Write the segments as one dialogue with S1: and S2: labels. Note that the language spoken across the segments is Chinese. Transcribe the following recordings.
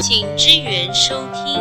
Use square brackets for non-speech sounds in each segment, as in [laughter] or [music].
S1: 请支援收听。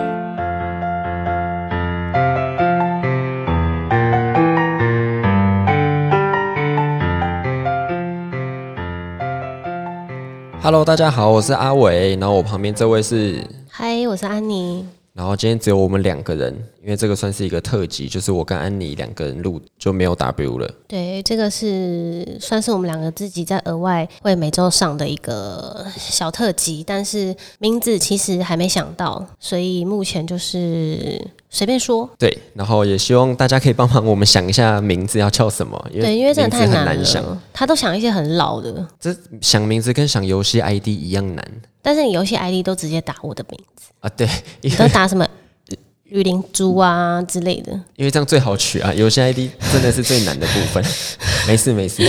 S2: Hello，大家好，我是阿伟，然后我旁边这位是，
S3: 嗨，我是安妮。
S2: 然后今天只有我们两个人，因为这个算是一个特辑，就是我跟安妮两个人录就没有 W 了。
S3: 对，这个是算是我们两个自己在额外会每周上的一个小特辑，但是名字其实还没想到，所以目前就是随便说。
S2: 对，然后也希望大家可以帮忙我们想一下名字要叫什么，因为
S3: 对，因为真的太
S2: 名字很
S3: 难
S2: 难想，
S3: 了，他都想一些很老的，
S2: 这想名字跟想游戏 ID 一样难
S3: 但是你游戏 ID 都直接打我的名字，
S2: 啊。对， [laughs] 因
S3: 都
S2: 为
S3: 打什么绿灵珠啊之类的。
S2: 因为这样最好取啊，游戏 ID 真的是最难的部
S3: [laughs]
S2: 分。没事没事。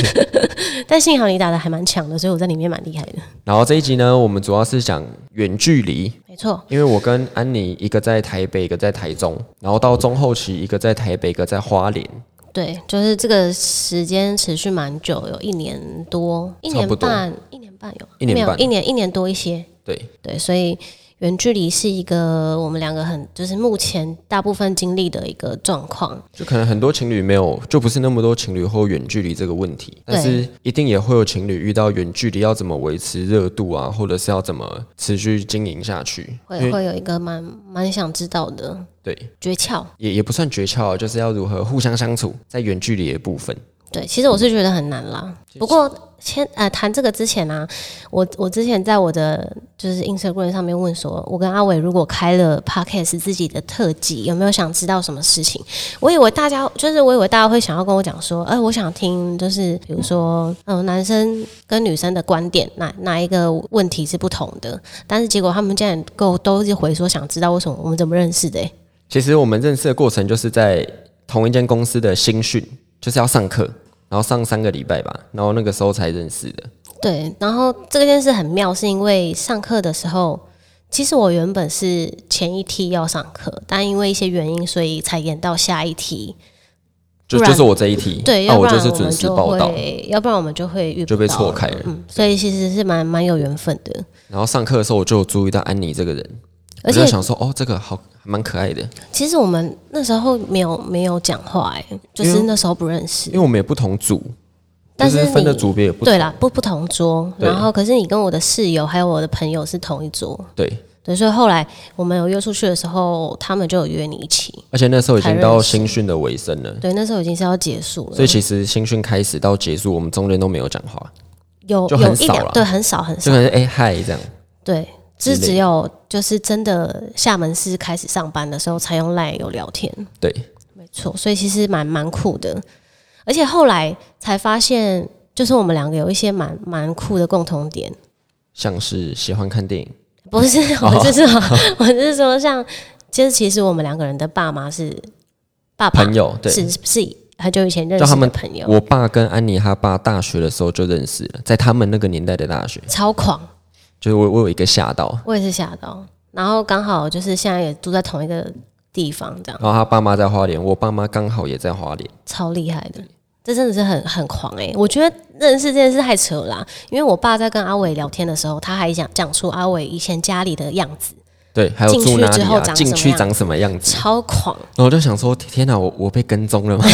S3: 但幸好你打的还蛮强的，所以我在里面蛮厉害的。
S2: 然后这一集呢，我们主要是讲远距离，
S3: 没错，
S2: 因为我跟安妮一个在台北，一个在台中，然后到中后期一个在台北，一个在花莲。
S3: 对，就是这个时间持续蛮久，有一年多，一
S2: 差
S3: 年
S2: 不多
S3: 半，一年半有，
S2: 一年
S3: 没有
S2: 半
S3: 一年一年多一些。
S2: 对，
S3: 对，所以远距离是一个我们两个很就是目前大部分经历的一个状况。
S2: 就可能很多情侣没有，就不是那么多情侣会有远距离这个问题，但是一定也会有情侣遇到远距离要怎么维持热度啊，或者是要怎么持续经营下去。
S3: 会会有一个蛮蛮想知道的
S2: 对，
S3: 诀窍。
S2: 也也不算诀窍啊，就是要如何互相相处在远距离的部分。
S3: 对，其实我是觉得很难啦。不过先呃谈这个之前啊，我我之前在我的就是 Instagram 上面问说，我跟阿伟如果开了 podcast 自己的特辑，有没有想知道什么事情？我以为大家就是我以为大家会想要跟我讲说，哎、我想听就是比如说，嗯、男生跟女生的观点哪哪一个问题是不同的，但是结果他们竟然给我都是回说想知道为什么我们怎么认识的、欸，
S2: 其实我们认识的过程就是在同一间公司的新训，就是要上课，然后上三个礼拜吧，然后那个时候才认识的。
S3: 对，然后这件事很妙，是因为上课的时候，其实我原本是前一梯要上课，但因为一些原因，所以才延到下一梯。
S2: 就
S3: 不然
S2: 就是我这一题，
S3: 对，
S2: 那、
S3: 要
S2: 哦
S3: 不
S2: 我
S3: 然
S2: 就是
S3: 我
S2: 准
S3: 们
S2: 时
S3: 就
S2: 报道，
S3: 会，要不然我们就会遇不
S2: 就被
S3: 到
S2: 错开了
S3: 嗯，所以其实是蛮蛮有缘分的，
S2: 然后上课的时候我就有注意到安妮这个人，
S3: 而
S2: 我
S3: 且嗯
S2: 就想说，哦，这个好还蛮可爱的，
S3: 其实我们那时候没有没有讲话、哎，就是那时候不认识
S2: 因为，我们也不同组，
S3: 但
S2: 就是是分的
S3: 你。
S2: 组别也不同
S3: 对啦，不不同桌，
S2: 对
S3: 然后可是你跟我的室友还有我的朋友是同一桌，
S2: 对，
S3: 对，所以后来我们有约出去的时候，他们就有约你一起，
S2: 而且那时候已经
S3: 才
S2: 到
S3: 认识
S2: 新训的尾声了，
S3: 对，那时候已经是要结束了，
S2: 所以其实新训开始到结束，我们中间都没有讲话，
S3: 有
S2: 就
S3: 有
S2: 很
S3: 一
S2: 少
S3: 两
S2: 啦
S3: 对很少很
S2: 就
S3: 少
S2: 可，能是哎嗨这样，
S3: 对，只
S2: 之类
S3: 只有就是真的厦门市开始上班的时候才用 LINE 有聊天，
S2: 对，
S3: 没错，所以其实蛮蛮酷的，而且后来才发现，就是我们两个有一些蛮蛮酷的共同点，
S2: 像是喜欢看电影，
S3: 不是， [laughs]
S2: 哦
S3: 我是说， [laughs] 我是说像，就是其实我们两个人的爸妈是爸爸
S2: 朋友对。
S3: 是是很久以前认
S2: 就他
S3: 识的
S2: 们
S3: 朋友，
S2: 我爸跟安妮他爸大学的时候就认识了，在他们那个年代的大学，
S3: 超狂。
S2: 就是我我有一个吓到，
S3: 我也是吓到，然后刚好就是现在也住在同一个地方，这样
S2: 然后他爸妈在花莲，我爸妈刚好也在花莲，
S3: 超厉害的，这真的是很很狂哎、我觉得认识这件事太扯了啦，因为我爸在跟阿伟聊天的时候，他还讲讲出阿伟以前家里的样子，
S2: 对，还有
S3: 进去
S2: 住哪里
S3: 之后
S2: 啊，
S3: 长
S2: 进
S3: 什么
S2: 去
S3: 样
S2: 长什么样子，
S3: 超狂。
S2: 然后我就想说，天哪，我我被跟踪了
S3: [laughs]
S2: 吗？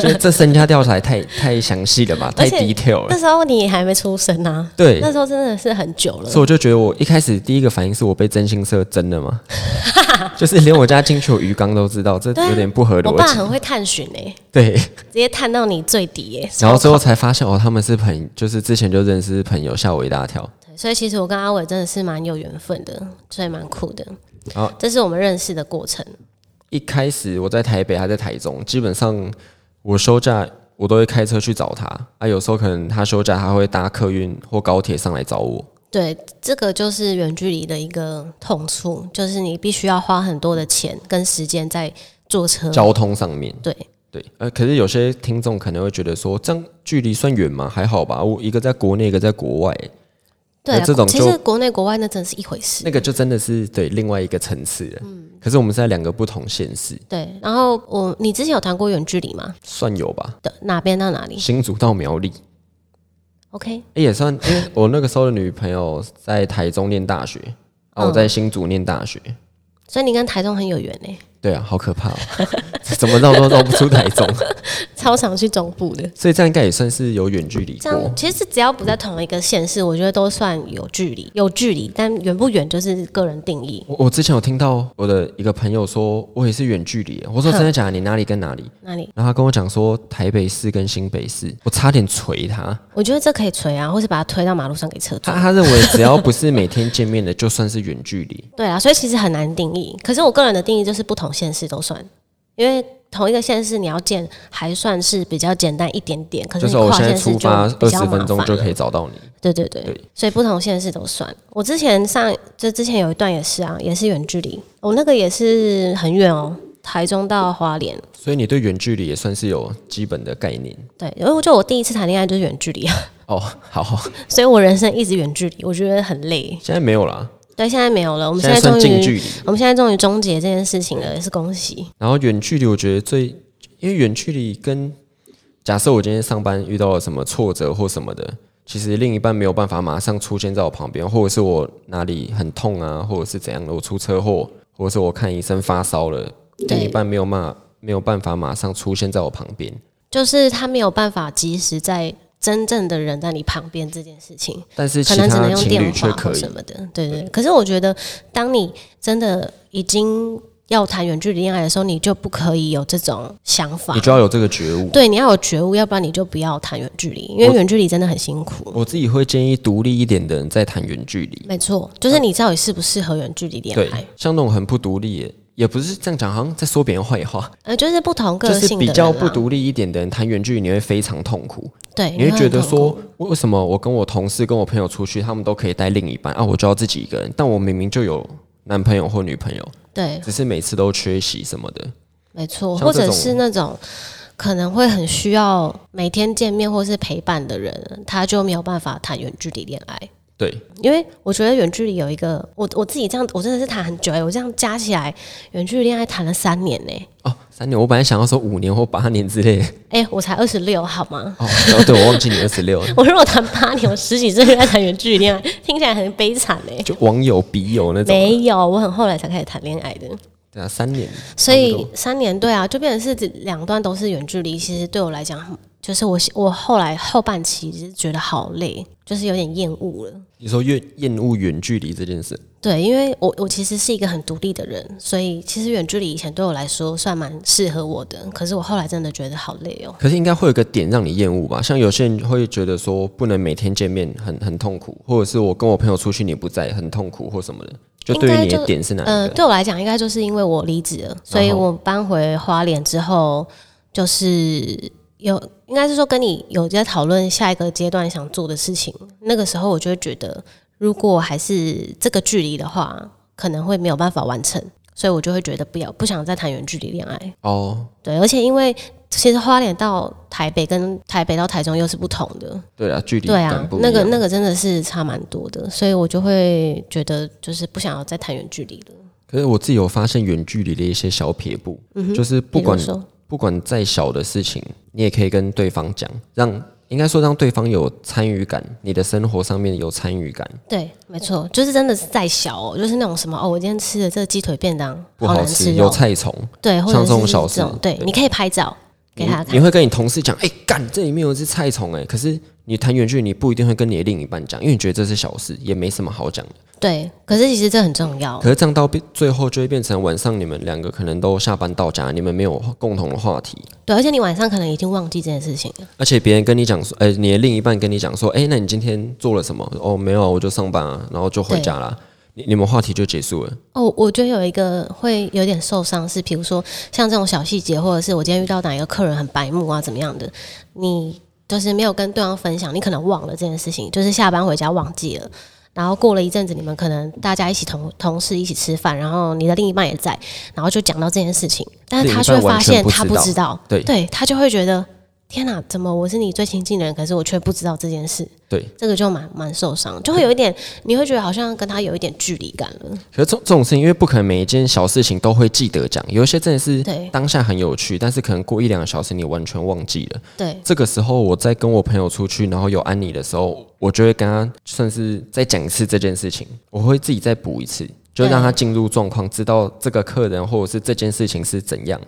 S2: 就是这身家调查也太太详细了吧，太
S3: 而且
S2: detail
S3: 那
S2: 了。
S3: 时候你还没出生啊，
S2: 对，
S3: 那时候真的是很久了
S2: 所以。我就觉得，我一开始第一个反应是我被真心社真的
S3: [laughs]
S2: 吗？就是连我家进去有鱼缸都知道，这
S3: 对啊
S2: 有点不合
S3: 我爸
S2: 逻辑。
S3: 很会探寻哎、
S2: 对，
S3: 直接探到你最底哎、
S2: 然后
S3: 超
S2: 最后才发现哦，他们是朋，就是之前就认识朋友，吓我一大跳。
S3: 对所以其实我跟阿伟真的是蛮有缘分的，所以蛮酷的。
S2: 好
S3: 这是我们认识的过程。
S2: 一开始我在台北，他在台中，基本上我休假我都会开车去找他啊，有时候可能他休假他会搭客运或高铁上来找我。
S3: 对，这个就是远距离的一个痛处，就是你必须要花很多的钱跟时间在坐车。
S2: 交通上面。
S3: 对
S2: 对，呃，可是有些听众可能会觉得说，这样距离算远吗？还好吧，我一个在国内，一个在国外，
S3: 对啊
S2: 那这种
S3: 其
S2: 就
S3: 实国内国外那真的是一回事。
S2: 那个就真的是对另外一个层次了。可是我们是在两个不同县市，
S3: 对，然后我你之前有谈过远距离吗？
S2: 算有吧？
S3: 的哪边到哪里
S2: 新竹到苗栗，哎
S3: ？OK，
S2: 诶也算，因为我那个时候的女朋友在台中念大学，啊，我在新竹念大学。
S3: 所以你跟台中很有缘欸呢、
S2: 对啊，好可怕、哦， [laughs] 怎么绕都绕不出台中，
S3: 超常去中部的。
S2: 所以这样应该也算是有远距离
S3: 这
S2: 过
S3: 样。其实只要不在同一个县市，我觉得都算有距离，有距离，但远不远就是个人定义。
S2: 我我之前有听到我的一个朋友说，我也是远距离耶。我说
S3: 哼
S2: 真的假的？你哪里跟哪里？
S3: 那你
S2: 然后他跟我讲说台北市跟新北市，我差点捶他。
S3: 我觉得这可以锤啊，或是把它推到马路上给车
S2: 他
S3: 撞。
S2: 他认为只要不是每天见面的，就算是远距
S3: [laughs]
S2: 离。
S3: 对啊，所以其实很难定义。可是我个人的定义就是不同县市都算，因为同一个县市你要见还算是比较简单一点点，可
S2: 就
S3: 是你
S2: 是我
S3: 跨
S2: 现在
S3: 县市
S2: 出
S3: 就
S2: 发
S3: 比
S2: 二
S3: 较
S2: 十分钟
S3: 麻烦
S2: 就
S3: 了
S2: 可以找到你。
S3: 对对对，
S2: 对
S3: 所以不同县市都算。我之前上就之前有一段也是啊，也是远距离，我那个也是很远哦，台中到花莲。
S2: 所以你对远距离也算是有基本的概念
S3: 对，因为我就我第一次谈恋爱就是远距离啊， [laughs]
S2: 哦。好， [laughs]
S3: 所以我人生一直远距离，我觉得很累。
S2: 现在没有啦，
S3: 对，现在没有了，我们
S2: 现在
S3: 现在终
S2: 算近
S3: 于
S2: 距离。
S3: 我们现在终于终结这件事情了，也是恭喜。
S2: 然后远距离，我觉得最因为远距离跟假设我今天上班遇到了什么挫折或什么的，其实另一半没有办法马上出现在我旁边，或者是我哪里很痛啊，或者是怎样的，我出车祸，或者是我看医生发烧了，另一半没有办法没有办法马上出现在我旁边。
S3: 就是他没有办法及时在真正的人在你旁边这件事情，
S2: 但是
S3: 可
S2: 其
S3: 能只
S2: 他
S3: 能用
S2: 情侣
S3: 电
S2: 却
S3: 话
S2: 可
S3: 或
S2: 以
S3: 什，么的，对对。对可是我觉得，当你真的已经要谈远距离恋爱的时候，你就不可以有这种想法
S2: 你，就要有这个觉悟。
S3: 对，你要有觉悟，要不然你就不要谈远距离，因为远距离真的很辛苦。
S2: 我自己会建议独立一点的人在谈远距离。
S3: 没错，就是你到底适不适合远距离恋
S2: 对
S3: 爱，，
S2: 像那种很不独立也，也不是这样讲，好像在说别人坏话，
S3: 呃，就是不同个
S2: 就是
S3: 性的
S2: 比
S3: 人啊
S2: 较
S3: 啦
S2: 不，独立一点的人谈远距离，你会非常痛苦，
S3: 对，
S2: 你会
S3: 很
S2: 觉得
S3: 哎痛苦
S2: 说，为什么我跟我同事、跟我朋友出去，他们都可以带另一半啊，我就要自己一个人，但我明明就有男朋友或女朋友，
S3: 对，
S2: 只是每次都缺席什么的。
S3: 没错，
S2: 像
S3: 或
S2: 这
S3: 者
S2: 种
S3: 是那种可能会很需要每天见面或是陪伴的人，他就没有办法谈远距离恋爱。
S2: 对，
S3: 因为我觉得远距离有一个，我我自己这样，我真的是谈很久、欸，我这样加起来，远距离恋爱谈了三年呢、欸。
S2: 哦，三年，我本来想要说五年或八年之类的，
S3: 哎、我才二十六，好吗？ [laughs]
S2: 哦，哦对，我忘记你二十六了，
S3: 我如果谈八年，我十几岁就在谈远距离恋爱，听起来很悲惨哎、
S2: 就网友、笔友那种，
S3: 没有，我很后来才开始谈恋爱的，
S2: 对啊，三年，
S3: 所
S2: 差不
S3: 以
S2: 多
S3: 三年对啊，就变成是指两段都是远距离。其实对我来讲，就是我我后来后半期就是觉得好累，就是有点厌恶了。
S2: 你说厌厌恶远距离这件事，
S3: 对，因为我我其实是一个很独立的人，所以其实远距离以前对我来说算蛮适合我的，可是我后来真的觉得好累哦。
S2: 可是应该会有个点让你厌恶吧？像有些人会觉得说不能每天见面很很痛苦，或者是我跟我朋友出去你不在很痛苦或什么的。就嗯对于你
S3: 应该就
S2: 的点是哪一
S3: 呃，
S2: 个？
S3: 对我来讲，应该就是因为我离职了，所以呃
S2: 然后
S3: 我搬回花莲之后，就是有应该是说跟你有在讨论下一个阶段想做的事情，那个时候我就会觉得，如果还是这个距离的话，可能会没有办法完成，所以我就会觉得不要不想再谈远距离恋爱。
S2: 哦，
S3: 对，而且因为其实花莲到台北跟台北到台中又是不同的，
S2: 对啊，距离
S3: 对
S2: 感
S3: 啊
S2: 不，一
S3: 那
S2: 样。
S3: 个那个真的是差蛮多的，所以我就会觉得就是不想要再谈远距离了。
S2: 可是我自己有发现远距离的一些小撇步，
S3: 嗯
S2: 就是不
S3: 比如
S2: 管
S3: 说，
S2: 不管再小的事情，你也可以跟对方讲，让应该说让对方有参与感，你的生活上面有参与感。
S3: 对，没错，就是真的是再小哦，就是那种什么哦，我今天吃的这个鸡腿便当
S2: 不
S3: 难
S2: 好
S3: 吃
S2: 吃，有
S3: 哦，
S2: 菜虫，
S3: 对，或者
S2: 像
S3: 是
S2: 这种小事
S3: 这种对，
S2: 对
S3: 你可以拍照给他
S2: 你
S3: 看，
S2: 会跟你同事讲，哎、干，这里面有一只菜虫，哎，可是你谈远距离，你不一定会跟你的另一半讲，因为你觉得这是小事，也没什么好讲的。
S3: 对。可是其实这很重要
S2: 可，是这样到变最后就会变成晚上你们两个可能都下班到家，你们没有共同的话题，
S3: 对，而且你晚上可能已经忘记这件事情了，
S2: 而且别人跟你讲说，呃，你的另一半跟你讲说，哎、那你今天做了什么？哦，没有啊，我就上班啊，然后就回家啦。你你们话题就结束了，
S3: 哦，我觉得有一个会有点受伤是，比如说像这种小细节，或者是我今天遇到哪一个客人很白目啊，怎么样的，你就是没有跟对方分享，你可能忘了这件事情，就是下班回家忘记了。然后过了一阵子，你们可能大家一起同同事一起吃饭，然后你的另一半也在，然后就讲到这件事情，但是他却
S2: 另一半
S3: 发
S2: 完全
S3: 现
S2: 不
S3: 他不
S2: 知道
S3: 知道，
S2: 对
S3: 对他就会觉得天哪，怎么我是你最亲近的人，可是我却不知道这件事？
S2: 对，
S3: 这个就蛮蛮受伤，就会有一点，你会觉得好像跟他有一点距离感了。
S2: 可是这这种事情，因为不可能每一件小事情都会记得讲，有一些真的是
S3: 对
S2: 当下很有趣，但是可能过一两个小时你完全忘记了。
S3: 对，
S2: 这个时候我在跟我朋友出去，然后有安妮的时候，我就会跟他算是再讲一次这件事情，我会自己再补一次，就让他进入状况，知道这个客人或者是这件事情是怎样，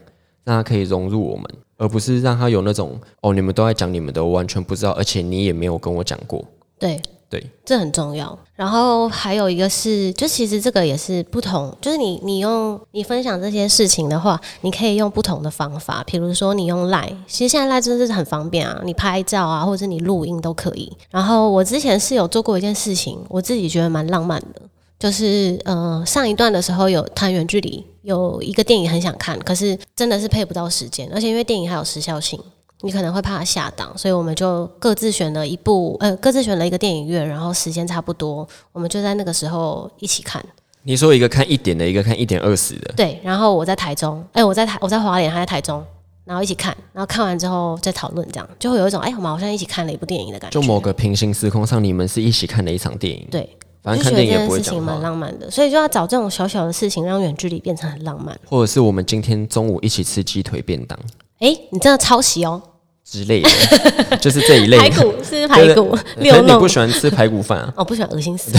S2: 让他可以融入我们，而不是让他有那种哦，你们都在讲你们的，我完全不知道，而且你也没有跟我讲过。
S3: 对，
S2: 对，
S3: 这很重要。然后还有一个是，就其实这个也是不同，就是你你用你分享这些事情的话，你可以用不同的方法，比如说你用 Line，其实现在 Line 真的是很方便啊，你拍照啊，或者是你录音都可以。然后我之前是有做过一件事情，我自己觉得蛮浪漫的，就是呃上一段的时候有谈远距离，有一个电影很想看，可是真的是配不到时间，而且因为电影还有时效性。你可能会怕下档，所以我们就各自选了一部，呃，各自选了一个电影院，然后时间差不多，我们就在那个时候一起看。
S2: 你说一个看一点的，一个看一点二十的，
S3: 对，然后我在台中，哎、我在台，我在华联，他在台中，然后一起看，然后看完之后再讨论，这样就会有一种，哎、我们好像一起看了一部电影的感觉。
S2: 就某个平行时空上，你们是一起看的一场电影。
S3: 对，
S2: 反正看
S3: 就觉
S2: 电
S3: 得这
S2: 影也
S3: 件
S2: 不会
S3: 事
S2: 讲
S3: 情蛮
S2: 话，
S3: 浪漫的，所以就要找这种小小的事情，让远距离变成很浪漫。
S2: 或者是我们今天中午一起吃鸡腿便当
S3: 哎、你真的抄袭哦，
S2: 之类的，就是这一类
S3: 排
S2: 的。
S3: 骨是不是排骨
S2: 可是
S3: 六
S2: 你
S3: 弄
S2: 不，喜欢吃排骨饭啊，
S3: 哦，不喜欢恶心死。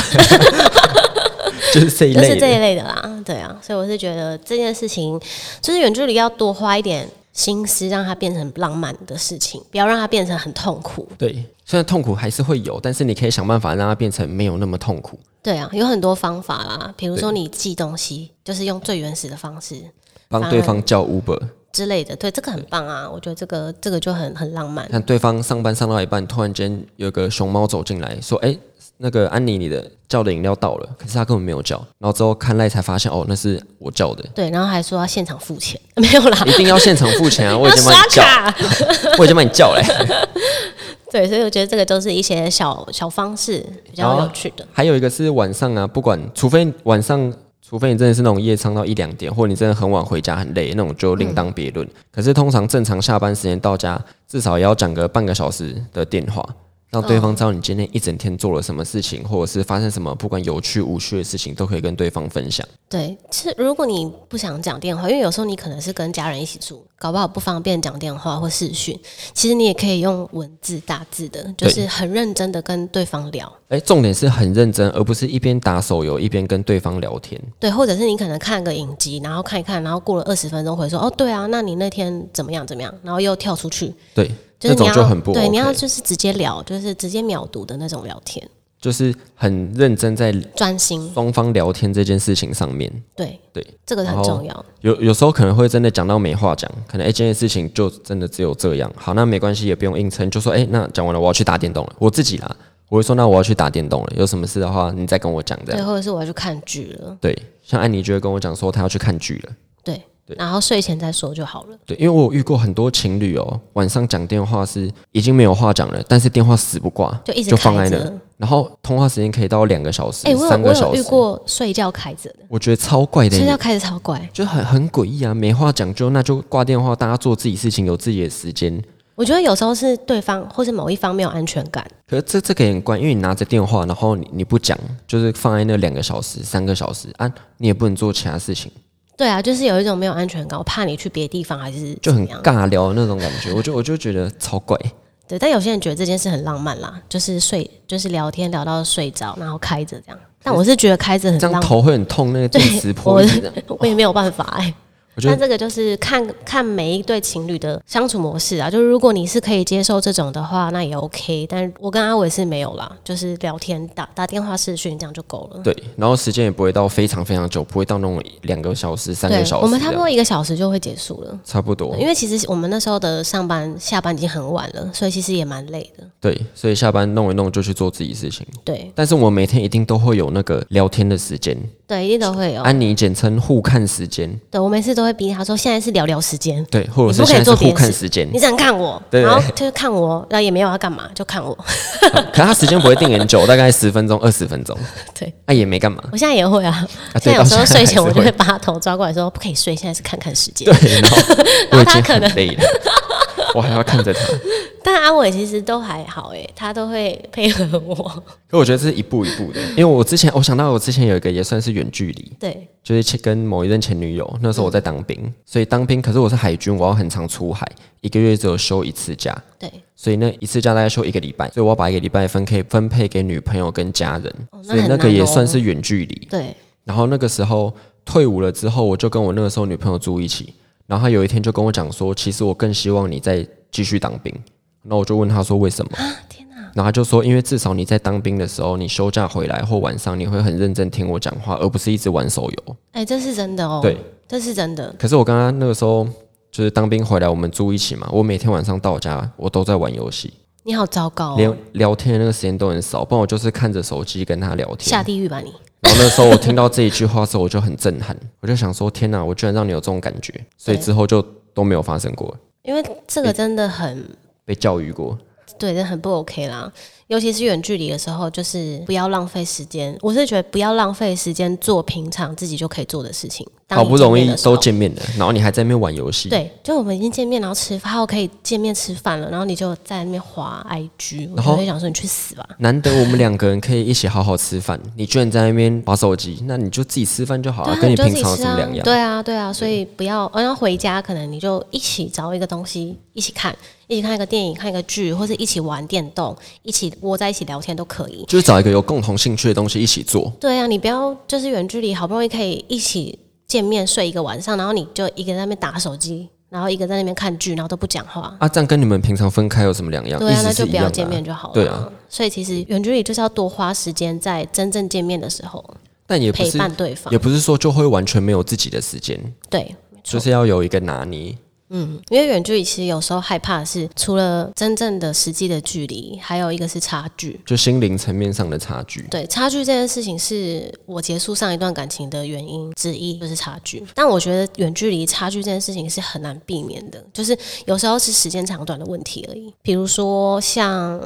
S2: 就是这一
S3: 就
S2: 类
S3: 是这一
S2: 的。
S3: 类的啦，对啊，所以我是觉得这件事情，就是远距离要多花一点心思，让它变成浪漫的事情，不要让它变成很痛苦。
S2: 对，虽然痛苦还是会有，但是你可以想办法让它变成没有那么痛苦。
S3: 对啊，有很多方法啦，比如说你寄东西，就是用最原始的方式
S2: 帮
S3: 反
S2: 对
S3: 而
S2: 方叫 Uber，
S3: 之类的，对，这个很棒啊，我觉得这个这个就很很浪漫。
S2: 看对方上班上到一半，突然间有个熊猫走进来，说：“哎、那个安妮，你的叫的饮料到了。”可是他根本没有叫，然后之后看赖才发现，哦，那是我叫的，
S3: 对，然后还说要现场付钱， [laughs] 没有啦
S2: 一，定要现场付钱啊！我已
S3: 要
S2: 经帮你
S3: 刷
S2: 叫，
S3: 卡。
S2: 我已经帮你叫嘞、
S3: [laughs] 对，所以我觉得这个都是一些小小方式，比
S2: 哦
S3: 较有趣的。
S2: 还有一个是晚上啊，不管，除非晚上，除非你真的是那种夜唱到一两点，或者你真的很晚回家很累，那种就另当别论。可是通常正常下班时间到家，至少也要讲个半个小时的电话，让对方知道你今天一整天做了什么事情，或者是发生什么，不管有趣无趣的事情，都可以跟对方分享。
S3: 对，是如果你不想讲电话，因为有时候你可能是跟家人一起住，搞不好不方便讲电话或视讯，其实你也可以用文字打字的，就是很认真的跟对方聊。
S2: 哎，重点是很认真，而不是一边打手游一边跟对方聊天。
S3: 对，或者是你可能看个影集，然后看一看，然后过了二十分钟回说，哦，对啊，那你那天怎么样怎么样，然后又跳出去，
S2: 对，那
S3: 就是你
S2: 种
S3: 要
S2: 就很不 OK。
S3: 对，你要就是直接聊，就是直接秒读的那种聊天，
S2: 就是很认真在
S3: 专心，
S2: 双方聊天这件事情上面。
S3: 对
S2: 对，
S3: 这个
S2: 然
S3: 很
S2: 后
S3: 重要。
S2: 有有时候可能会真的讲到没话讲，可能哎、诶这件事情就真的只有这样。好，那没关系，也不用硬撑，就说哎、诶那讲完了，我要去打电动了。我自己啦，我会说那我要去打电动了，有什么事的话你再跟我讲这
S3: 对，
S2: 样。
S3: 或者是我要去看剧了，
S2: 对，像安妮就会跟我讲说她要去看剧了。
S3: 对，然后睡前再说就好了。
S2: 对，因为我有遇过很多情侣哦，晚上讲电话是已经没有话讲了，但是电话死不挂，
S3: 就一直
S2: 放在
S3: 开着
S2: 那，然后通话时间可以到两个小时、
S3: 哎、我有
S2: 三
S3: 我
S2: 个小
S3: 有遇
S2: 时。
S3: 过睡觉开着的，
S2: 我觉得超怪的
S3: 睡
S2: 耶，
S3: 觉开着超怪。
S2: 就很很诡异啊，没话讲就那就挂电话，大家做自己事情，有自己的时间。
S3: 我觉得有时候是对方或是某一方没有安全感，
S2: 可是这这个也很怪，因为你拿着电话，然后你你不讲，就是放在那两个小时、三个小时啊，你也不能做其他事情，
S3: 对啊，就是有一种没有安全感，我怕你去别的地方还是
S2: 就
S3: 怎
S2: 很
S3: 么样。
S2: 尬聊的那种感觉。 [laughs] 我就我就觉得超怪，
S3: 对，但有些人觉得这件事很浪漫啦，就是睡，就是聊天聊到睡着，然后开着这样。但我是觉得开着很
S2: 这样
S3: 浪漫，
S2: 头会很痛，那个电磁波 [laughs]
S3: 我
S2: 一直这样。
S3: 我也没有办法哎、
S2: 我觉
S3: 但
S2: 得
S3: 这个就是看看每一对情侣的相处模式啊，就是如果你是可以接受这种的话，那也 OK。但我跟阿伟是没有啦，就是聊天打打电话视讯这样就够了。
S2: 对，然后时间也不会到非常非常久，不会到那种两个小时、三
S3: 对
S2: 个小，时这样。
S3: 我们差不多一个小时就会结束了。
S2: 差不多，
S3: 因为其实我们那时候的上班下班已经很晚了，所以其实也蛮累的。
S2: 对，所以下班弄一弄就去做自己事情。
S3: 对
S2: 但是我们每天一定都会有那个聊天的时间，
S3: 对，一定都会有。
S2: 安妮简称互看时间，
S3: 对我每次都会逼他说，现在是聊聊时间，
S2: 对，或者
S3: 你
S2: 是
S3: 不可
S2: 现
S3: 以
S2: 在是
S3: 做别
S2: 互
S3: 的
S2: 看
S3: 事
S2: 时间
S3: 你，只能看我，
S2: 对
S3: 然后就是看我，然后也没有要干嘛，就看我。 [laughs]
S2: 可他时间不会定很久，大概十分钟、二十分钟。
S3: 对，
S2: 那、也没干嘛。 [laughs]
S3: 我现在也会啊，
S2: 啊
S3: 现在有时候睡前我就会，
S2: 对到
S3: 把他头抓过来说，不可以睡，现在是看看时间。
S2: 现在还是会对，然后我
S3: 然后
S2: 已
S3: 他
S2: 经
S3: 可能
S2: 很累了，我还要看着他。
S3: 但阿伟其实都还好哎、他都会配合我。
S2: 可我觉得这是一步一步的，因为我之前哦我想到我之前有一个也算是远距离，
S3: 对，
S2: 就是前跟某一任前女友，那时候我在当兵，所以当兵可是我是海军，我要很常出海，一个月只有休一次假，
S3: 对，
S2: 所以那一次假大概休一个礼拜，所以我要把一个礼拜分可以分配给女朋友跟家人，
S3: 哦那
S2: 所
S3: 很
S2: 以那个
S3: 难
S2: 也
S3: 哦
S2: 算是远距离。
S3: 对，
S2: 然后那个时候退伍了之后，我就跟我那个时候女朋友住一起。然后她有一天就跟我讲说，其实我更希望你再继续当兵。然后我就问她说为什么？
S3: 啊天哪，
S2: 然后她就说，因为至少你在当兵的时候，你休假回来或晚上，你会很认真听我讲话，而不是一直玩手游。
S3: 哎、这是真的哦，
S2: 对，
S3: 这是真的，
S2: 可是我刚刚那个时候就是当兵回来，我们住一起嘛，我每天晚上到我家，我都在玩游戏，
S3: 你好糟糕、哦，
S2: 连聊天的那个时间都很少，不然我就是看着手机跟她聊天。
S3: 下地狱吧你。
S2: 然后那时候我听到这一句话的时候，我就很震撼，我就想说：天哪，我居然让你有这种感觉！所以之后就都没有发生过，
S3: 因为这个真的很
S2: 被教育过。
S3: 对，真的很不 OK 啦。尤其是远距离的时候，就是不要浪费时间。我是觉得不要浪费时间做平常自己就可以做的事情。当
S2: 好
S3: 你
S2: 不容
S3: 面
S2: 易
S3: 的时候
S2: 都见面了，然后你还在那边玩游戏，，
S3: 对，就我们已经见面，然后吃饭，我可以见面吃饭了，然后你就在那边滑 IG，我
S2: 然后
S3: 就会想说你去死吧。
S2: 难得我们两个人可以一起好好吃饭，你居然在那边玩手机，那你就自己吃饭就好
S3: 对
S2: 了、
S3: 啊，
S2: 跟
S3: 你就
S2: 平
S3: 自己
S2: 常有
S3: 吃
S2: 什么
S3: 啊
S2: 两样？
S3: 对啊，对啊，所以不要，然后回家可能你就一起找一个东西一起看，一起看一个电影，看一个剧，或者一起玩电动，一起窝在一起聊天都可以。
S2: 就是找一个有共同兴趣的东西一起做。
S3: 对啊，你不要就是远距离，好不容易可以一起见面睡一个晚上，然后你就一个在那边打手机，然后一个在那边看剧，然后都不讲话。
S2: 啊，这样跟你们平常分开有什么两样？
S3: 对啊，
S2: 意
S3: 那
S2: 思
S3: 就是
S2: 一
S3: 不
S2: 样
S3: 要
S2: 的、
S3: 见面。就好了。
S2: 对啊，
S3: 所以其实远距离就是要多花时间在真正见面的时候
S2: 但也不
S3: 陪
S2: 是，
S3: 伴对方
S2: 也。不是说就会完全没有自己的时间，
S3: 对，
S2: 就是要有一个拿捏。
S3: 嗯，因为远距离其实有时候害怕的是除了真正的实际的距离，还有一个是差距。
S2: 就心灵层面上的差距。
S3: 对，差距这件事情是我结束上一段感情的原因之一，就是差距。但我觉得远距离差距这件事情是很难避免的，就是有时候是时间长短的问题而已。比如说像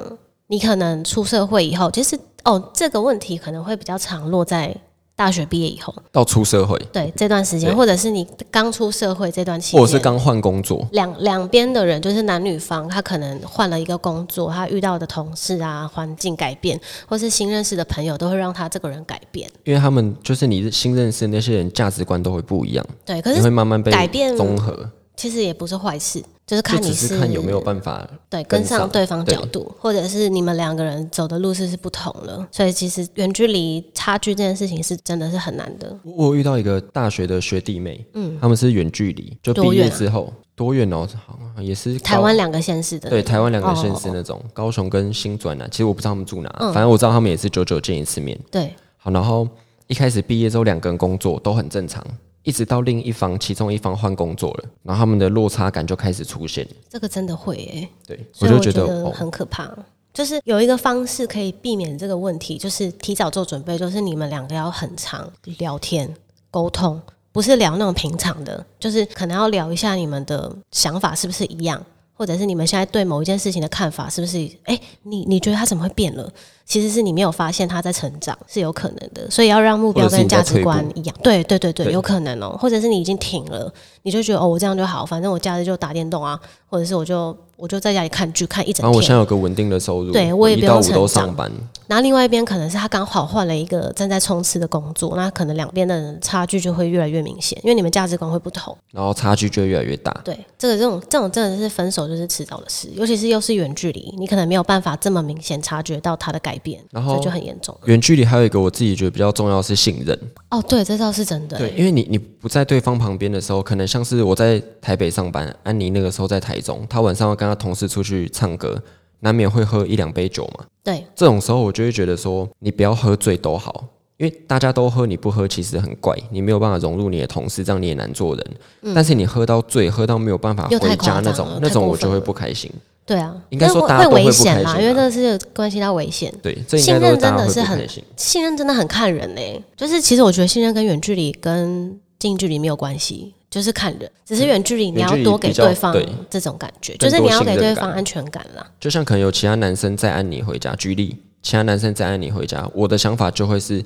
S3: 你可能出社会以后，其实哦这个问题可能会比较常落在大学毕业以后，
S2: 到出社会，
S3: 对这段时间，
S2: 对
S3: 或者是你刚出社会这段期
S2: 或者是
S3: 间。
S2: 刚换工作，
S3: 两两边的人，就是男女方，他可能换了一个工作，他遇到的同事啊、环境改变，或是新认识的朋友，都会让他这个人改变。
S2: 因为他们就是你新认识的那些人，价值观都会不一样，
S3: 对，可
S2: 你会
S3: 是
S2: 慢慢被
S3: 改变
S2: 综合，
S3: 其实也不是坏事，就
S2: 就
S3: 是看你
S2: 只是看有没有办法。
S3: 对
S2: 跟
S3: 跟上
S2: 上
S3: 对方
S2: 对
S3: 角度，或者是你们两个人走的路是是不同了。所以其实远距离差距这件事情是真的是很难的。
S2: 我我遇到一个大学的学弟妹，嗯，他们是远距离，就毕
S3: 多
S2: 业
S3: 远啊
S2: 之后多远哦，好像也是高
S3: 台湾两个县市的，
S2: 哦对台湾两个县市
S3: 哦嗯
S2: 那种，高雄跟新转啊，其实我不知道他们住哪，反正我知道他们也是久久见一次面。
S3: 对
S2: 好，然后一开始毕业之后，两个人工作都很正常，一直到另一方其中一方换工作了，然后他们的落差感就开始出现。
S3: 这个真的会诶、
S2: 对，
S3: 所以
S2: 就
S3: 我
S2: 觉
S3: 觉
S2: 得
S3: 得
S2: 哦，
S3: 很可怕。就是有一个方式可以避免这个问题，就是提早做准备，就是你们两个要很常聊天沟通，不是聊那种平常的，就是可能要聊一下你们的想法是不是一样，或者是你们现在对某一件事情的看法是不是？哎、你你觉得他怎么会变了？其实是你没有发现他在成长，是有可能的。所以要让目标
S2: 或者是
S3: 跟
S2: 你
S3: 价
S2: 在
S3: 值观
S2: 退
S3: 一样。对对对对，
S2: 对
S3: 有可能哦、或者是你已经停了，你就觉得哦，我这样就好，反正我假日就打电动啊，或者是我就我就在家里看剧看一整
S2: 啊然后我现
S3: 天。
S2: 在有个稳定的收入，
S3: 对
S2: 我
S3: 我也
S2: 一
S3: 不
S2: 到
S3: 用
S2: 五
S3: 成
S2: 都
S3: 长
S2: 上班，
S3: 然后另外一边可能是他刚好换了一个正在冲刺的工作，那可能两边的差距就会越来越明显，因为你们价值观会不同。
S2: 然后差距就会越来越大。
S3: 对，这个这种这种真的是分手就是迟早的事，尤其是又是远距离，你可能没有办法这么明显察觉到他的改变，
S2: 然
S3: 所
S2: 后
S3: 以就很严重。
S2: 远距离还有一个我自己觉得比较重要是信任，
S3: 哦，对，这倒是真的。
S2: 对，因为你你不在对方旁边的时候，可能像是我在台北上班，安妮那个时候在台中，她晚上要跟她同事出去唱歌，难免会喝一两杯酒嘛。
S3: 对
S2: 这种时候我就会觉得说，你不要喝醉都好，因为大家都喝，你不喝其实很怪，你没有办法融入你的同事，这样你也难做人。但是你喝到醉，喝到没有办法
S3: 嗯又太
S2: 回家
S3: 夸张
S2: 那种
S3: 了，
S2: 那
S3: 太
S2: 种
S3: 过
S2: 我就
S3: 分
S2: 会
S3: 了
S2: 不开心。
S3: 对啊，
S2: 应该说
S3: 那
S2: 大家都会
S3: 危
S2: 不
S3: 险
S2: 开
S3: 啦，
S2: 心
S3: 因为
S2: 啊
S3: 这是关系到危险。
S2: 对，这应该都是
S3: 信任
S2: 大家
S3: 真
S2: 会
S3: 的是
S2: 不
S3: 很
S2: 开心。
S3: 信任真的很看人呢、就是其实我觉得信任跟远距离跟近距离没有关系，就是看人，只是远距离你
S2: 嗯远距
S3: 要
S2: 离
S3: 多
S2: 比
S3: 给
S2: 较
S3: 对方
S2: 对
S3: 这种感觉，
S2: 更
S3: 就是
S2: 多
S3: 你要
S2: 信
S3: 给
S2: 任
S3: 对
S2: 感
S3: 方安全感啦。
S2: 就像可能有其他男生载安妮回家，举例，其他男生载安妮回家，我的想法就会是，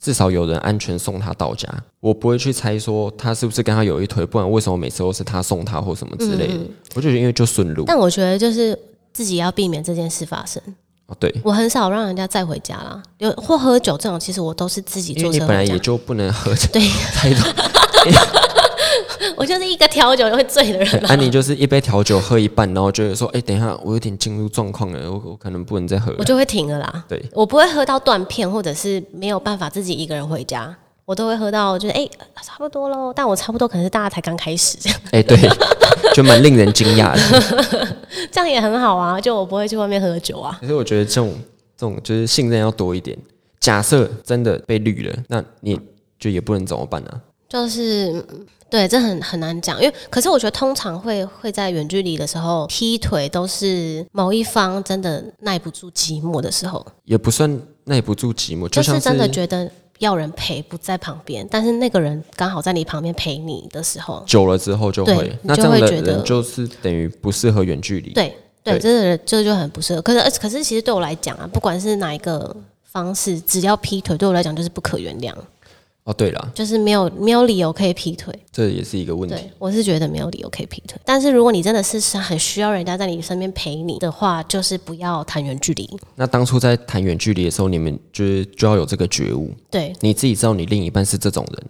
S2: 至少有人安全送他到家。我不会去猜说他是不是跟他有一腿，不然为什么每次都是他送他或什么之类的？我就觉得因为就顺路
S3: 嗯但我觉得就是自己要避免这件事发生。
S2: 哦，对，
S3: 我很少让人家载回家啦，有或喝酒这种，其实我都是自己
S2: 因为
S3: 坐
S2: 你
S3: 车
S2: 本来
S3: 回
S2: 也
S3: 家。
S2: 就不能喝酒
S3: [laughs] 对，
S2: [laughs] 太多，
S3: 我就是一个调酒就会醉的人啦。
S2: 安妮啊就是一杯调酒喝一半，然后就会说：“哎、等一下，我有点进入状况了，我我可能不能再喝了。”
S3: 我就会停了啦。
S2: 对
S3: 我不会喝到断片，或者是没有办法自己一个人回家，我都会喝到就是哎、差不多喽，但我差不多可能是大家才刚开始，这样
S2: 哎、对， [laughs] 就蛮令人惊讶的。
S3: 这样也很好啊。就我不会去外面喝酒啊。
S2: 可是我觉得这种这种就是信任要多一点。假设真的被绿了，那你就也不能怎么办啊？
S3: 就是嗯对，这很很难讲，因为可是我觉得通常会会在远距离的时候劈腿，都是某一方真的耐不住寂寞的时候，
S2: 也不算耐不住寂寞，
S3: 就
S2: 像
S3: 是
S2: 是
S3: 真的觉得要人陪不在旁边，但是那个人刚好在你旁边陪你的时候，
S2: 久了之后就
S3: 对
S2: 会
S3: 你，
S2: 那
S3: 就
S2: 这样
S3: 会
S2: 的
S3: 觉得
S2: 人就是等于不适合远距离。
S3: 对对，
S2: 对
S3: 真的这就很不适合。可是呃可是其实对我来讲啊，不管是哪一个方式，只要劈腿，对我来讲就是不可原谅，
S2: 哦，对了，
S3: 就是没有没有理由可以劈腿。
S2: 这也是一个问题
S3: 对。，我是觉得没有理由可以劈腿。但是如果你真的是是很需要人家在你身边陪你的话，就是不要谈远距离。
S2: 那当初在谈远距离的时候，你们就是就要有这个觉悟，
S3: 对，
S2: 你自己知道你另一半是这种人，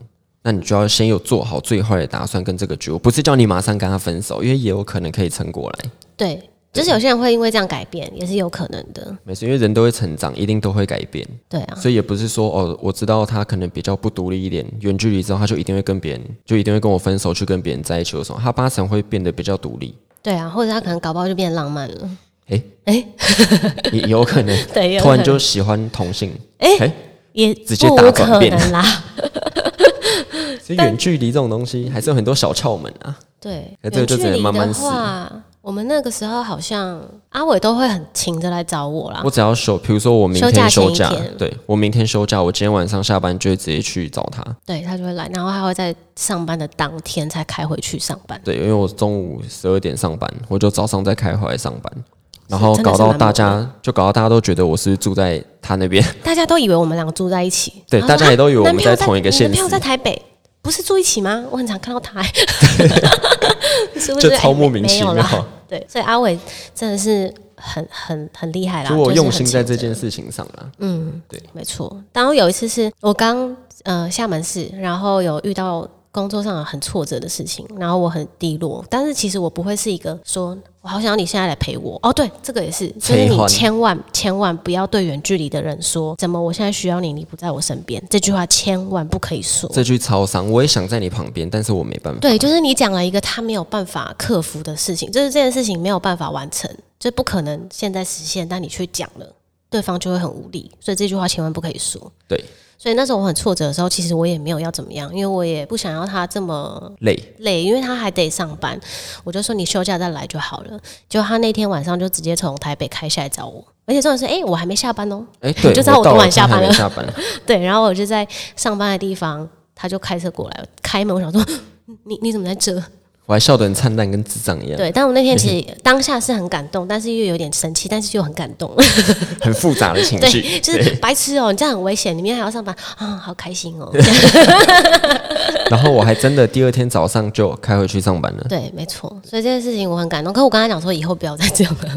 S2: 那你就要先有做好最坏的打算跟这个觉悟，不是叫你马上跟他分手，因为也有可能可以撑过来。
S3: 对，就是有些人会因为这样改变，也是有可能的。
S2: 没事，因为人都会成长，一定都会改变，
S3: 对啊，
S2: 所以也不是说哦，我知道他可能比较不独立一点，远距离之后他就一定会跟别人，就一定会跟我分手，去跟别人在一起或什么，他八成会变得比较独立，
S3: 对啊，或者他可能搞不好就变浪漫了。
S2: 也也有可能
S3: [laughs] 对，有
S2: [laughs] 突
S3: 可
S2: 然
S3: 能
S2: 就喜欢同性，
S3: 哎
S2: 哎，
S3: 也
S2: 直接
S3: 不
S2: 大转
S3: 可
S2: 变
S3: 能啦。
S2: [laughs] 所以远距离这种东西还是有很多小窍门啊。
S3: 对，
S2: 那这个
S3: 远距
S2: 就只能
S3: 离
S2: 慢慢
S3: 的
S2: 试
S3: 话，我们那个时候好像阿伟都会很勤着来找我啦
S2: 我。只要休，比如说我明
S3: 啊休假
S2: 天休
S3: 前一
S2: 假，
S3: 天
S2: 对我明天休假，我今天晚上下班就会直接去找他。
S3: 对他就会来，然后他会在上班的当天才开回去上班。
S2: 对，因为我中午十二点上班，我就早上再开回来上班，然后
S3: 真的
S2: 搞
S3: 是
S2: 到
S3: 蛮
S2: 大
S3: 猛
S2: 家就搞到大家都觉得我是住在他那边，
S3: 大家都以为我们两个住在一起，
S2: 对
S3: 然后
S2: 大家
S3: 说
S2: 也都以为
S3: 啊
S2: 我们
S3: 男朋友
S2: 在同一个
S3: 你
S2: 县
S3: 男朋友
S2: 市
S3: 在台北，不是住一起吗？我很常看
S2: [laughs]
S3: 到他、欸，是不是
S2: 就超
S3: 哎
S2: 莫
S3: 没
S2: 名
S3: 没
S2: 其
S3: 有
S2: 妙
S3: 啦。对，所以阿伟真的是很很很厉害啦，
S2: 就 [laughs] 我
S3: 啊是
S2: 用
S3: 很
S2: 心
S3: 勤
S2: 在这
S3: 奋
S2: 件事情上啊啦。
S3: 没错。当然有一次是我刚呃厦门市，然后有遇到工作上很挫折的事情，然后我很低落，但是其实我不会是一个说我好想要你现在来陪我哦，对，这个也是，就是
S2: 催
S3: 你
S2: 婚
S3: 千万千万不要对远距离的人说怎么我现在需要你，你不在我身边，这句话千万不可以说。
S2: 这句超伤，我也想在你旁边，但是我没办法。
S3: 对，就是你讲了一个他没有办法克服的事情，就是这件事情没有办法完成，就不可能现在实现，但你去讲了，对方就会很无力，所以这句话千万不可以说。
S2: 对，
S3: 所以那时候我很挫折的时候，其实我也没有要怎么样，因为我也不想要他这么
S2: 累，
S3: 累，因为他还得上班。我就说你休假再来就好了。结果他那天晚上就直接从台北开下来找我，而且重点是，哎、我还没下班哦。 [laughs]
S2: 哎，对，
S3: 就知道我
S2: 到
S3: 昨晚
S2: 了
S3: 下
S2: 他还
S3: 班
S2: 没
S3: 了
S2: 下班，
S3: 对，然后我就在上班的地方，他就开车过来，开门，我想说。 [laughs] 你你怎么在这？
S2: 我还笑得很灿烂，跟智障一样，
S3: 对，但我那天其 [laughs] 实当下是很感动，但是又有点生气，但是又很感动。
S2: 很复杂的情绪。
S3: 对，就是白痴哦、你这样很危险，你明天还要上班啊、好开心 [laughs] 哦、这
S2: [laughs]
S3: 样
S2: 然后我还真的第二天早上就开回去上班了。
S3: 对，没错。所以这件事情我很感动，可我跟他讲说以后不要再这样了。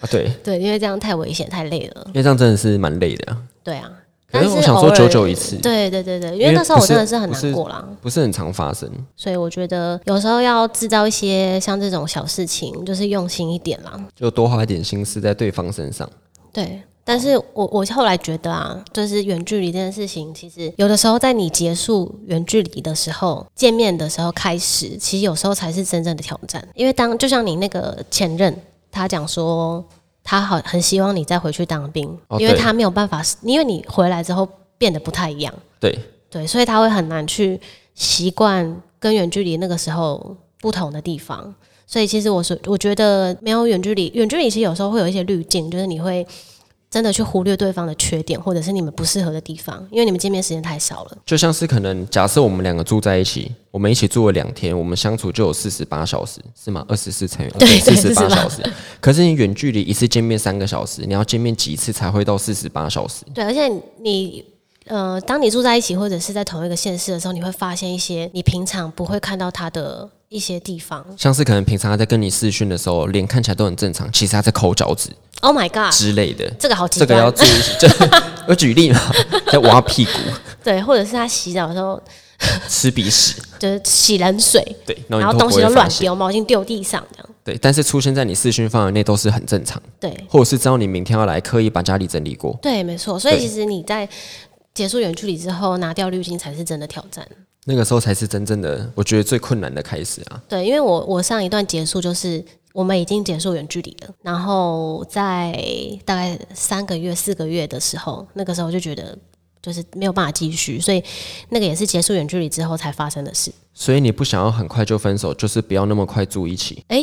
S2: 啊，对，
S3: 对，因为这样太危险、太累了。
S2: 因为这样真的是蛮累的啊、
S3: 对啊，
S2: 可是
S3: 但
S2: 我想
S3: 偶
S2: 说
S3: 尔
S2: 久久一次，
S3: 对对对对，因
S2: 因
S3: 为
S2: 为
S3: 那时候
S2: 不
S3: 我真
S2: 是
S3: 的是很
S2: 不是
S3: 难过啦，
S2: 不是很常发生。
S3: 所以我觉得有时候要制造一些像这种小事情，就是用心一点啦。
S2: 就多花一点心思在对方身上。
S3: 对，但是我我后来觉得啊，就是远距离这件事情，其实有的时候在你结束远距离的时候，见面的时候开始，其实有时候才是真正的挑战。因为当就像你那个前任，他讲说他好很希望你再回去当兵，
S2: 哦
S3: 因为
S2: 对
S3: 他没有办法，因为你回来之后变得不太一样，
S2: 对，
S3: 对，所以他会很难去习惯跟远距离那个时候不同的地方。所以其实我是我觉得没有远距离，远距离其实有时候会有一些滤镜，就是你会真的去忽略对方的缺点，或者是你们不适合的地方，因为你们见面时间太少了。
S2: 就像是可能假设我们两个住在一起，我们一起住了两天，我们相处就有四十八小时，是吗？二十四乘以
S3: 对
S2: 四
S3: 对
S2: 十八
S3: 48
S2: 小时。可是你远距离一次见面三个小时，你要见面几次才会到四十八小时？
S3: 对，而且你呃，当你住在一起或者是在同一个县市的时候，你会发现一些你平常不会看到他的一些地方。
S2: 像是可能平常他在跟你视讯的时候，脸看起来都很正常，其实他在抠脚趾
S3: Oh my god！
S2: 之类的。
S3: 这个好极
S2: 这个
S3: 端，
S2: 要注意，这 [laughs] 我举例嘛，在挖屁股、
S3: [laughs] 对，或者是他洗澡的时候
S2: 吃鼻屎，
S3: 就是洗冷水，
S2: 对，然
S3: 然
S2: 后
S3: 后
S2: 你都
S3: 东
S2: 不
S3: 西
S2: 会
S3: 都
S2: 发
S3: 乱
S2: 现。
S3: 丢，毛巾丢地上这样。
S2: 对，但是出现在你视讯范围内都是很正常，
S3: 对
S2: 或者是知道你明天要来，刻意把家里整理过。
S3: 对，没错。所以
S2: 对
S3: 其实你在结束远距离之后，拿掉滤镜才是真的挑战。
S2: 那个时候才是真正的，我觉得最困难的开始啊。
S3: 对，因为我我上一段结束就是我们已经结束远距离了，然后在大概三个月、四个月的时候，那个时候就觉得就是没有办法继续，所以那个也是结束远距离之后才发生的事。
S2: 所以你不想要很快就分手，就是不要那么快住一起。 [laughs]
S3: 哎，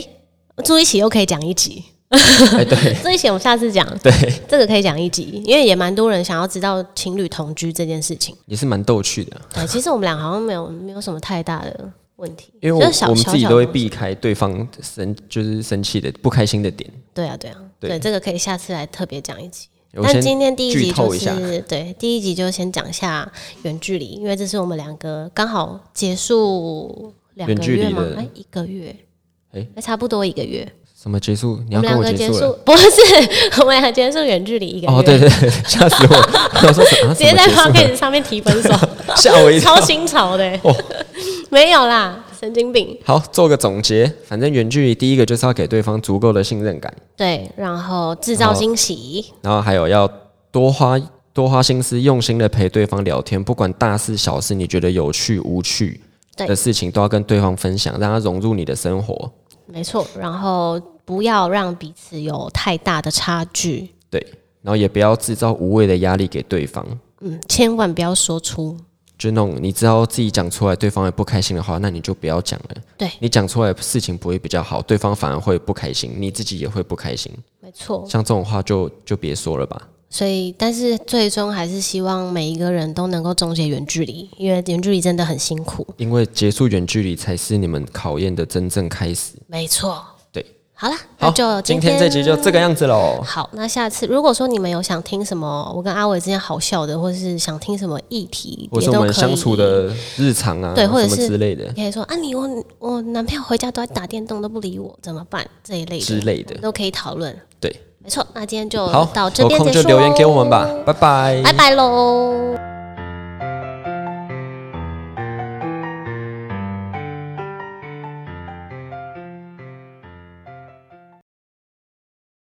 S3: 住一起又可以讲一集，
S2: 哎，对
S3: 住一起我们下次讲，
S2: 对，
S3: 这个可以讲一集，因为也蛮多人想要知道情侣同居这件事情。
S2: 也是蛮逗趣的啊，
S3: 对，其实我们俩好像没有没有什么太大的问题，
S2: 因为
S3: 就是小
S2: 我我们自己
S3: 小小
S2: 都会
S3: 东西
S2: 避开对方生就是生气的不开心的点。
S3: 对啊，对啊，
S2: 对
S3: 对，这个可以下次来特别讲一集。
S2: 我
S3: 但
S2: 先
S3: 今天第一集
S2: 剧透
S3: 就
S2: 一下
S3: 是对第一集就先讲一下远距离，因为这是我们两个刚好结束两
S2: 远
S3: 个
S2: 距离
S3: 月吗
S2: 的？
S3: 哎，一个月，
S2: 哎
S3: 哎，差不多一个月。
S2: 什么结束？你要
S3: 我们
S2: 跟
S3: 两
S2: 我
S3: 个
S2: 结
S3: 结
S2: 束
S3: 束
S2: 了？
S3: 不是，我们俩结束远距离一个月，
S2: 哦，对对，对 [laughs] 吓死
S3: [laughs]
S2: 我！我说什么？啊
S3: 直接在 p
S2: 什
S3: o
S2: 么结
S3: c a
S2: 束
S3: s 上面提分手，
S2: 了吓 [laughs] 我一跳
S3: 超。新潮的、
S2: 哦
S3: [laughs] 没有啦，神经病。
S2: 好，做个总结，反正远距离第一个就是要给对方足够的信任感，
S3: 对，然后制造惊喜，
S2: 然后还有要多花多花心思，用心的陪对方聊天，不管大事小事，你觉得有趣无趣
S3: 对
S2: 的事情都要跟对方分享，让他融入你的生活。
S3: 没错，然后不要让彼此有太大的差距，
S2: 对，然后也不要制造无谓的压力给对方，
S3: 嗯，千万不要说出，
S2: 就那种你知道自己讲出来对方也不开心的话，那你就不要讲了。
S3: 对
S2: 你讲出来事情不会比较好，对方反而会不开心，你自己也会不开心。
S3: 没错。
S2: 像这种话就就别说了吧。
S3: 所以，但是最终还是希望每一个人都能够终结远距离，因为远距离真的很辛苦。
S2: 因为结束远距离才是你们考验的真正开始。
S3: 没错，
S2: 对。
S3: 好啦，那
S2: 好，
S3: 就
S2: 今
S3: 天
S2: 天这集就这个样子喽。
S3: 好，那下次如果说你们有想听什么，我跟阿伟之间好笑的，或是想听什么议题，
S2: 或
S3: 也
S2: 是
S3: 都
S2: 我
S3: 可以。
S2: 们相处的日常啊，
S3: 对或者
S2: 什么
S3: 是
S2: 之类的
S3: 你可以说啊，你我我男朋友回家都在打电动，都不理我，怎么办？这一类的
S2: 之类的，
S3: 都可以讨论。
S2: 对。
S3: 没错，那今天就
S2: 好，
S3: 到这
S2: 有
S3: 边
S2: 空
S3: 结
S2: 就
S3: 束，
S2: 留言给我们吧，拜拜
S3: 拜拜喽。